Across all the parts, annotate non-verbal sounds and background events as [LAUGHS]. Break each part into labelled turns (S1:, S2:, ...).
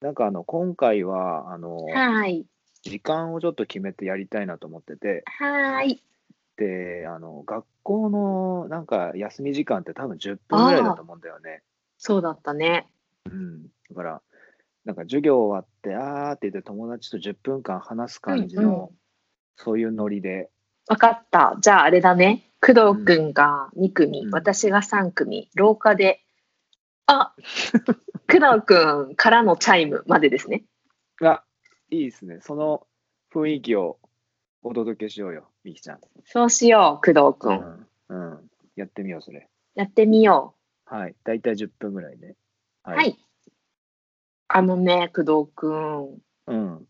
S1: なんかあの、今回は、あの、
S2: はい。
S1: 時間をちょっと決めてやりたいなと思ってて、
S2: はーい。
S1: で、あの、学校のなんか休み時間って多分10分ぐらいだと思うんだよね。
S2: そうだったね。
S1: うん。だから、なんか授業終わって、あーって言って友達と10分間話す感じの、
S2: うんうん
S1: そういうノリで、
S2: わかった。じゃああれだね。工藤くんが2組、
S1: うん
S2: 私が3組、廊下で、あ [LAUGHS] 工藤くんからのチャイムまでですね。
S1: あ、いいですね。その雰囲気をお届けしようよ、みきちゃん。
S2: そうしよう、工藤くん。
S1: うん。うん。やってみよう、それ。
S2: やってみよ
S1: はい。だいたい10分ぐらいで。
S2: う。
S1: は
S2: はい。あのね、工藤くん、
S1: うん。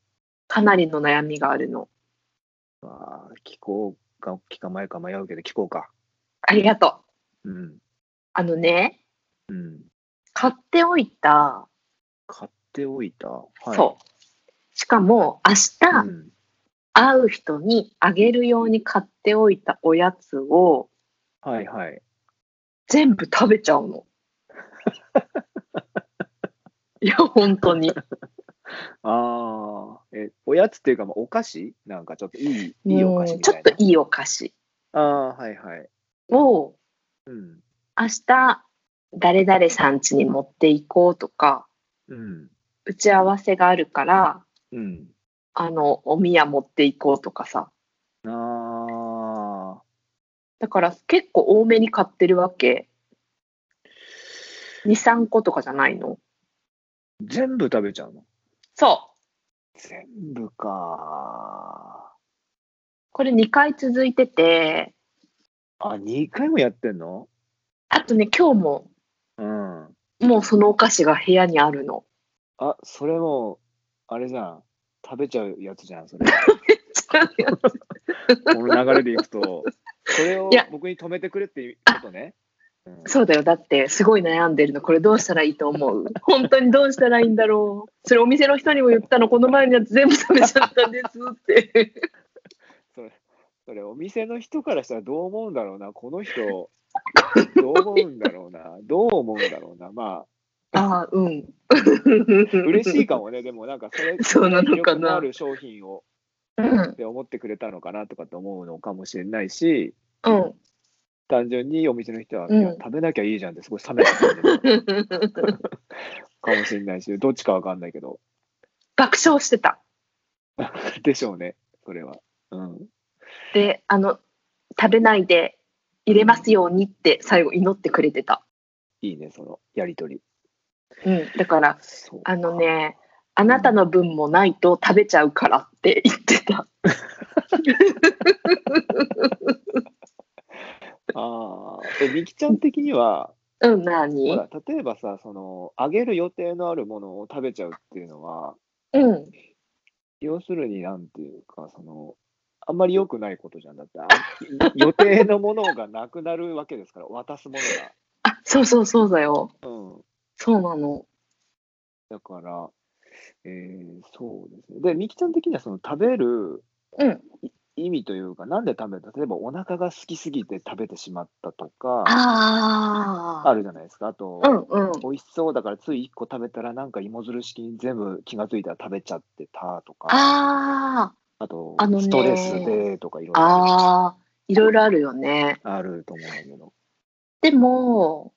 S2: かなりの悩みがあるの。
S1: まあ、聞こうか、聞かないか迷うけど、聞こうか。
S2: ありがとう。
S1: うん。
S2: あのね、
S1: うん。
S2: 買っておいた、
S1: 買っておいた。は
S2: そう。しかも、明
S1: う
S2: 日、
S1: ん。
S2: 会う人にあげるように買っておいたおやつを
S1: はいはい。
S2: 全部食べちゃう
S1: [LAUGHS]
S2: の。いや、本当に。
S1: ああ、え、おやつっていうか、まあ、お菓子なんかちょっといい、いいお菓子
S2: うん
S1: み
S2: ち
S1: た
S2: ょ
S1: い
S2: っ
S1: な
S2: と。いいお菓子
S1: ああー、はいはい。
S2: を
S1: うん。
S2: 明日、誰々さん家に持っていこうとか、
S1: うん。
S2: 打ち合わせがあるから、
S1: うん。
S2: あの、お宮持っていこうとかさ。
S1: ああ、
S2: だから結構多めに買ってるわけ。2、3個とかじゃないの
S1: 全部食べちゃうの
S2: そう。
S1: 全部か。
S2: これ2回続いてて、
S1: あ、2回もやってんの
S2: あとね、今日も
S1: うん。
S2: もうそのお菓子が部屋にあ
S1: [LAUGHS]
S2: るの。
S1: あ、それもう、あれじゃん。食べちゃうやつじゃん、それ。この流れでいく
S2: [LAUGHS]
S1: と、それを
S2: いや
S1: 僕に止めてくれっていうことね。うん
S2: そうだよ。だって、すごい悩んでるの。これどうしたらいいと思う本当にどうしたらいいんだろうそれお店の人にも言ったの。この前のやつ全部食べちゃったんですって。
S1: [LAUGHS] それ、それお店の人からしたらどう思うんだろうな、この
S2: [LAUGHS]
S1: 人、どう思うんだろうな、どう思うんだろうな、ま
S2: ああ、うん。
S1: あ、 [LAUGHS] 嬉しい
S2: か。
S1: かもね、でもなんか、それ、
S2: そうなのか
S1: 力の
S2: な
S1: あ。る商品を
S2: うん
S1: っ。て思ってくれたのかなとかって思うのかもしれないし、
S2: うん。
S1: 単純にお店の人は、
S2: うん
S1: いや食べなきゃいいじゃんって、すごい冷めた感じなのかもしれ
S2: [LAUGHS]
S1: ないし、どっちかわかんないけど、
S2: 爆笑してた。
S1: でしょうね、それは。うん
S2: で、あの、食べないで入れますようにって最後祈ってくれてた。
S1: いいね、そのやりとり。
S2: うん。だから、
S1: そうか
S2: あの。ね、あなたの分もないと食べちゃうからって言ってた。
S1: ああ。え、みきちゃん的には、
S2: うん、何
S1: ほら、例えばさ、その、あげる予定のあるものを食べちゃうっていうのは、
S2: うん。
S1: 要するになんていうか、その、あんまり良くないことじゃんだって、あ予定のものがなくなるわけですから、渡すも
S2: あ、そうそうそうだよ。
S1: のが。うん。
S2: そうなの。
S1: だから、えー、そうですね。で、みきちゃん的には、その、食べる
S2: うん。
S1: 意味というか、なんで食べた例えば、お腹が好きすぎて食べてしまったとか、
S2: あ
S1: あるじゃないですか。あと、
S2: うんうん。
S1: 美味しそうだからつい1個食べたらなんか芋づる式に全部気がついたら食べちゃってたとかあ
S2: あ
S1: と
S2: あのね
S1: ストレスでとかいろ
S2: あ。
S1: いろ
S2: ああ。いろいろあるよね。
S1: あると思うんだけど
S2: でも、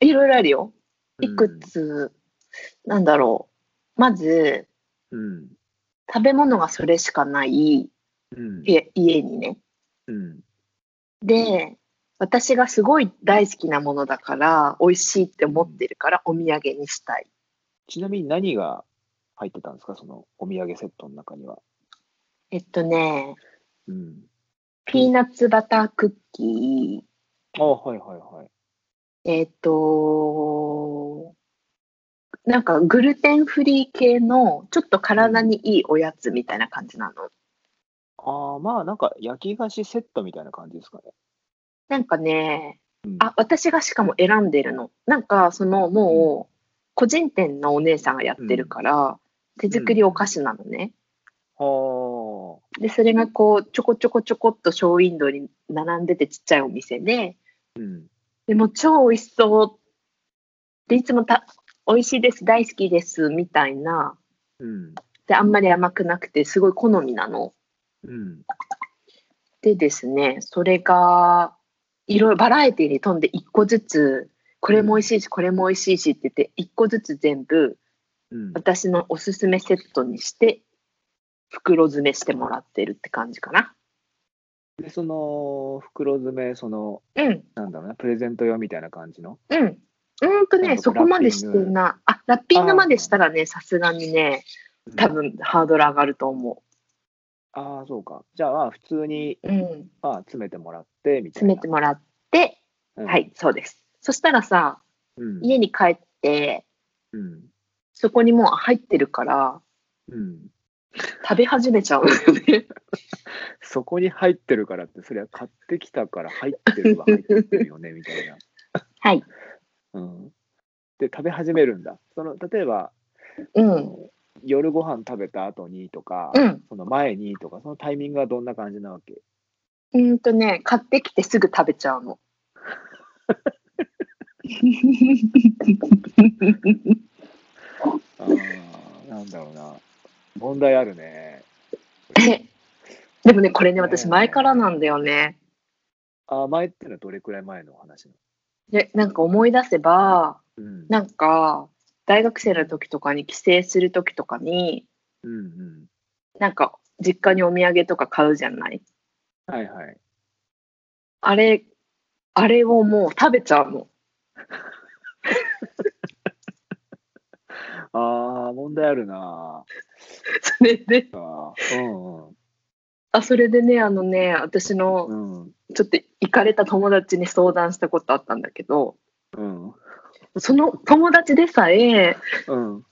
S2: いろいろあるよ。いく
S1: つ
S2: つ、なんだろう。まず、
S1: うん
S2: 食べ物がそれしかない
S1: うん
S2: 家家にね。
S1: うん
S2: で、私がすごい大好きなものだから、美味しいって思ってるから、お土産にしたい。
S1: ちなみに何が入ってたんですかそのお土産セットの中には
S2: えっとね、
S1: うん
S2: ピーナッツバタークッキ
S1: あはいはいはい
S2: ー、えっと、なんかグルテンフリー系の、ちょっと体にいいおやつみたいな感じなの。
S1: ああまあなんか焼き菓子セットみたいな感じですかね
S2: なんかね
S1: うん、
S2: あ、私がしかも選んでるの。なんか、そのもう、個人店のお姉さんがやってるから、手作りお菓子なのね。
S1: あー
S2: で、それがこう、ちょこちょこちょこっとショーウィンドウに並んでてちっちゃいお店で、
S1: うん
S2: でも超美味しそう。で、いつもた美味しいです、大好きです、みたいな。
S1: うん。
S2: で、あんまり甘くなくて、すごい好みなの。
S1: うん。
S2: でですね、それが、いろいろバラエティに富んで、一個ずつ、これも美味しいし、これも美味しいしって言って、一個ずつ全部、
S1: うん。
S2: 私のおすすめセットにして、袋詰めしてもらってるって感じかな。
S1: で、その、袋詰め、その、
S2: うん、
S1: なんだろうな、プレゼント用みたいな感じの。
S2: うん。うーんと
S1: なん
S2: ね、
S1: か
S2: そこまでしてな。あ、ラッピングまでしたらね、さすがにね、多
S1: うん。
S2: 分ハードル上がると思
S1: ああ、そうか。じゃあ、まあ普通に、
S2: う。うん。
S1: まあ、詰めてもらって、みたいな。
S2: 詰めてもらって、
S1: うん
S2: は。い、そうです。そしたらさ、
S1: うん。
S2: 家に帰って、
S1: うん。
S2: そこにもう入ってるから、
S1: うん。
S2: 食べ始めちゃうよね。
S1: そこに入ってるからって、それは買ってきたから入ってるわ、入ってるよ
S2: [LAUGHS]
S1: ね、みたいな。
S2: はい。
S1: うん。で、食べ始めるんだ。その、例えば、
S2: [LAUGHS] うん。
S1: 夜ご飯食べた後にとか、
S2: うん。
S1: その前にとか、そのタイミングはどんな感じなわけ
S2: うーんとね、買ってきてすぐ食べちゃうの。
S1: あーなんだろうな。問題あるね。
S2: えでもね、これね、私前からなんだよね。
S1: あ前ってのはどれくらい前の話な
S2: で、なんか思い出せば、
S1: のうん。
S2: なんか、大学生の時とかに帰省する時とかに、
S1: うんうん。
S2: なんか、実家にお土産とか買うじゃない
S1: はいはい。
S2: あれ、あれをもう食べちゃうの。 [LAUGHS]
S1: ああ、問題あるな。
S2: それで、
S1: あー
S2: あ、それでね、あのね、私の
S1: うんうん。うん
S2: ちょっと行かれた友達に相談したことあったんだけど、
S1: うん。
S2: その友達でさえ、
S1: うん。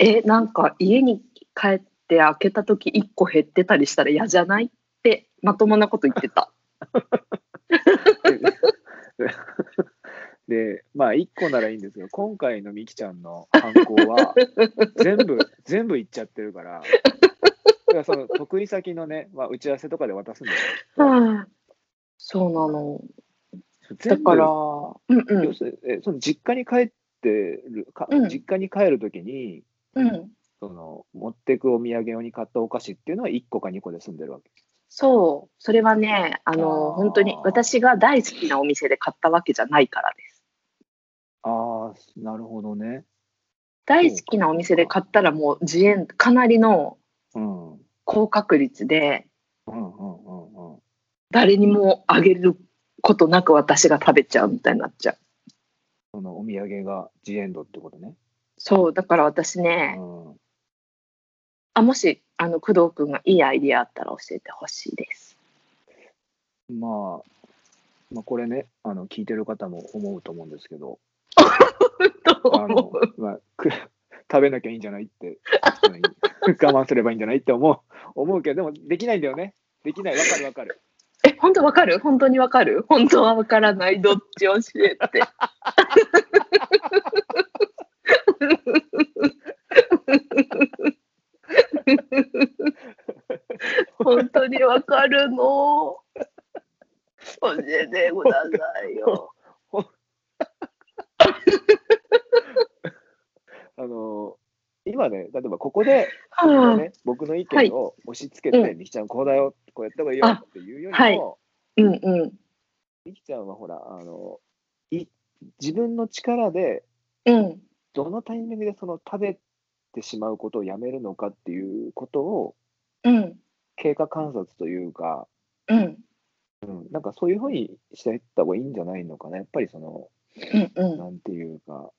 S2: え、なんか家に帰って開けた時1個減ってたりしたら嫌じゃないって、まともなこと言ってた。
S1: で、まあ、1個ならいいんですけど、今回のみきちゃんの犯行は、全部、全部いっちゃってるから、だからその得意先のね、まあ、打ち合わせとかで渡すんです
S2: うんそうなの。
S1: けど、
S2: だ
S1: 全部
S2: から、うんう
S1: 要
S2: ん。
S1: するにえその実家に帰ってるか、
S2: うん
S1: 実家に帰るときに
S2: うん。
S1: その持ってくお土産用に買ったお菓子っていうのは1個か2個で済んでるわけ。
S2: そう、それはね、あ
S1: あ
S2: の、
S1: ー
S2: 本当に私が大好きなお店で買ったわけじゃないからです。
S1: ああなるほどね。
S2: 大好きなお店で買ったらもう自演、かなりの
S1: うんうん
S2: 高確率で、
S1: うんうんうん。
S2: 誰にもあげることなく私が食べちゃうみたいになっちゃう。
S1: そのお土産がジエンドってことね。
S2: そう、だから私ね、
S1: うん、
S2: あ、もし、あの、工藤くんがいいアイディアあったら教えてほしいです。
S1: まあまあこれねあの聞いてる方も思うと思うんですけどあの、まあ、く食べなきゃいいんじゃないって普通に我慢すればいいんじゃないって思う思うけどでもできないんだよね。できないわかるわかる。
S2: え、本当わかる本当にわかる本当はわからない。どっち教えて。本当にわかるの。教えてくださいよ。
S1: あの今ね、例えばここで、
S2: は
S1: ね、僕の意見を押し付けて、
S2: はいう
S1: みきちゃんこうだよ、こうやった方がいいよっていうよりも、
S2: はいいうんうん
S1: みきちゃんはほらあのい、自分の力で
S2: うん
S1: どのタイミングでその食べてしまうことをやめるのかっていうことを
S2: うん
S1: 経過観察というか、
S2: うん
S1: うん、なんかそういうふうにしていった方がいいんじゃないのかな、やっぱりその、
S2: うんうん
S1: なんていうか、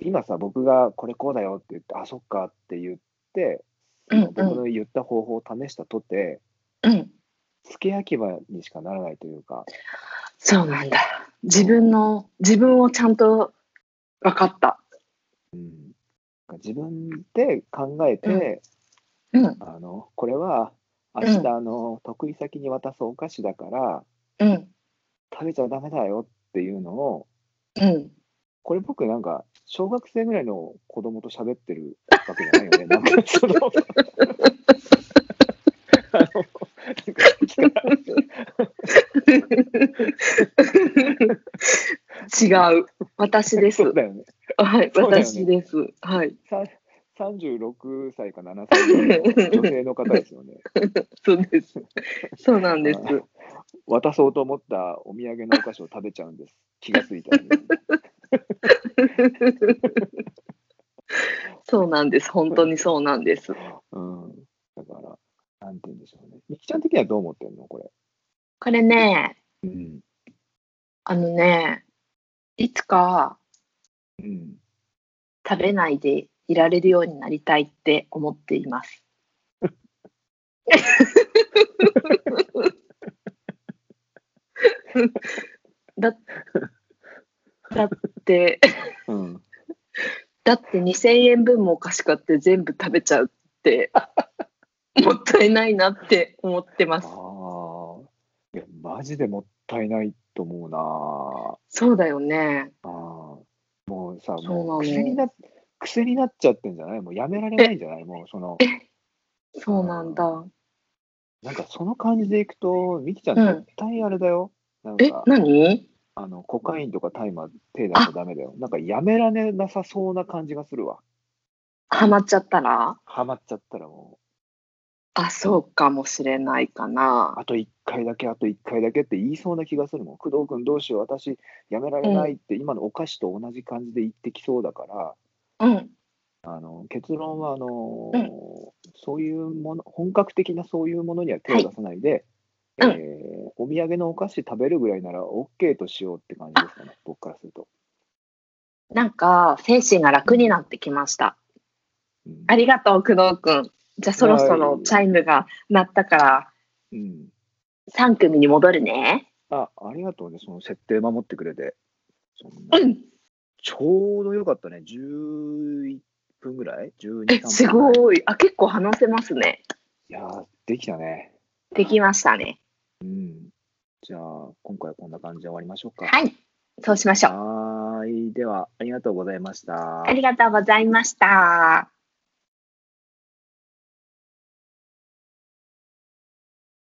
S1: 今さ、僕がこれこうだよって言って、あ、そっかって言って、その
S2: うんうん
S1: 僕の言った方法を試したとて、
S2: うん。
S1: 付け焼き場にしかならないというか、
S2: そうなんだ。自分の自分をちゃんと分かった。
S1: うん、自分で考えて、
S2: うん
S1: あのこれは明日あの得意先に渡すお菓子だから
S2: うん
S1: 食べちゃダメだよっていうのを
S2: うん。
S1: これ僕なんか小学生ぐらいの子供と喋ってるわけじゃないよね。なんかそのあのなんか
S2: 違う。私です
S1: そ。うだよね。
S2: はい、
S1: そうだよね
S2: 私です。はい、
S1: さ36歳か7歳ぐらいの女性の方ですよね。
S2: そうです。そうなんです。
S1: 渡そうと思ったお土産のお菓子を食べちゃうんです。気がついたらね、
S2: そうなんです。本当にそうなんです。
S1: うん。だから、なんて言うんでしょうね。みきちゃん的にはどう思ってんのこれ。
S2: これね、
S1: うん。
S2: あのね、いつか
S1: うん。
S2: 食べないでいられるようになりたいって思っています。
S1: [LAUGHS]
S2: だだって
S1: うん。
S2: だって2,000円分もお菓子買って全部食べちゃうってもったいないなって思ってま
S1: あ
S2: す。
S1: あ。いや、マジでもったいないと思うな
S2: そうだよね。
S1: あーもうさ、
S2: うなの
S1: もう癖にな癖になっちゃってんじゃないもうやめられないんじゃないもうその、
S2: そうなんだ。
S1: なんかその感じでいくと、みきちゃん
S2: うん
S1: 絶対あれだよ。なん
S2: え
S1: か、
S2: 何
S1: あの、コカインとか大麻手出しちゃダメだよ。なんかやめられなさそうな感じがするわ。
S2: ハマっちゃったら
S1: ハマっちゃったらも
S2: あ、そうかもしれないか
S1: う、
S2: な。
S1: あと1回だけ、あと1回だけって言いそうな気がするもん。工藤君どうしよう、私やめられないって、今のお菓子と同じ感じで言ってきそうだから、
S2: うん。
S1: あの結論はあの、
S2: うん
S1: そういうもの本格的なそういうものには手を出さないで、
S2: はい
S1: えーお土産のお菓子食べるぐらいなら OK としようって感じですかね、僕からすると。
S2: なんか精神が楽になってきました。
S1: うん
S2: ありがとう、工藤くん。じゃあそろそろチャイムが鳴ったから
S1: うん、
S2: 3組に戻るね。
S1: あありがとうね、その設定守ってくれて。そんな
S2: うん。
S1: ちょうどよかったね、11分ぐらい ?12
S2: え、す
S1: 分ぐらい。
S2: ごい。あ、結構話せますね。
S1: いやーできたね。
S2: できましたね。
S1: うん、じゃあ、今回はこんな感じで終わりましょうか。
S2: はい。そうしましょう。
S1: はーいでは、ありがとうございました。
S2: ありがとうございました。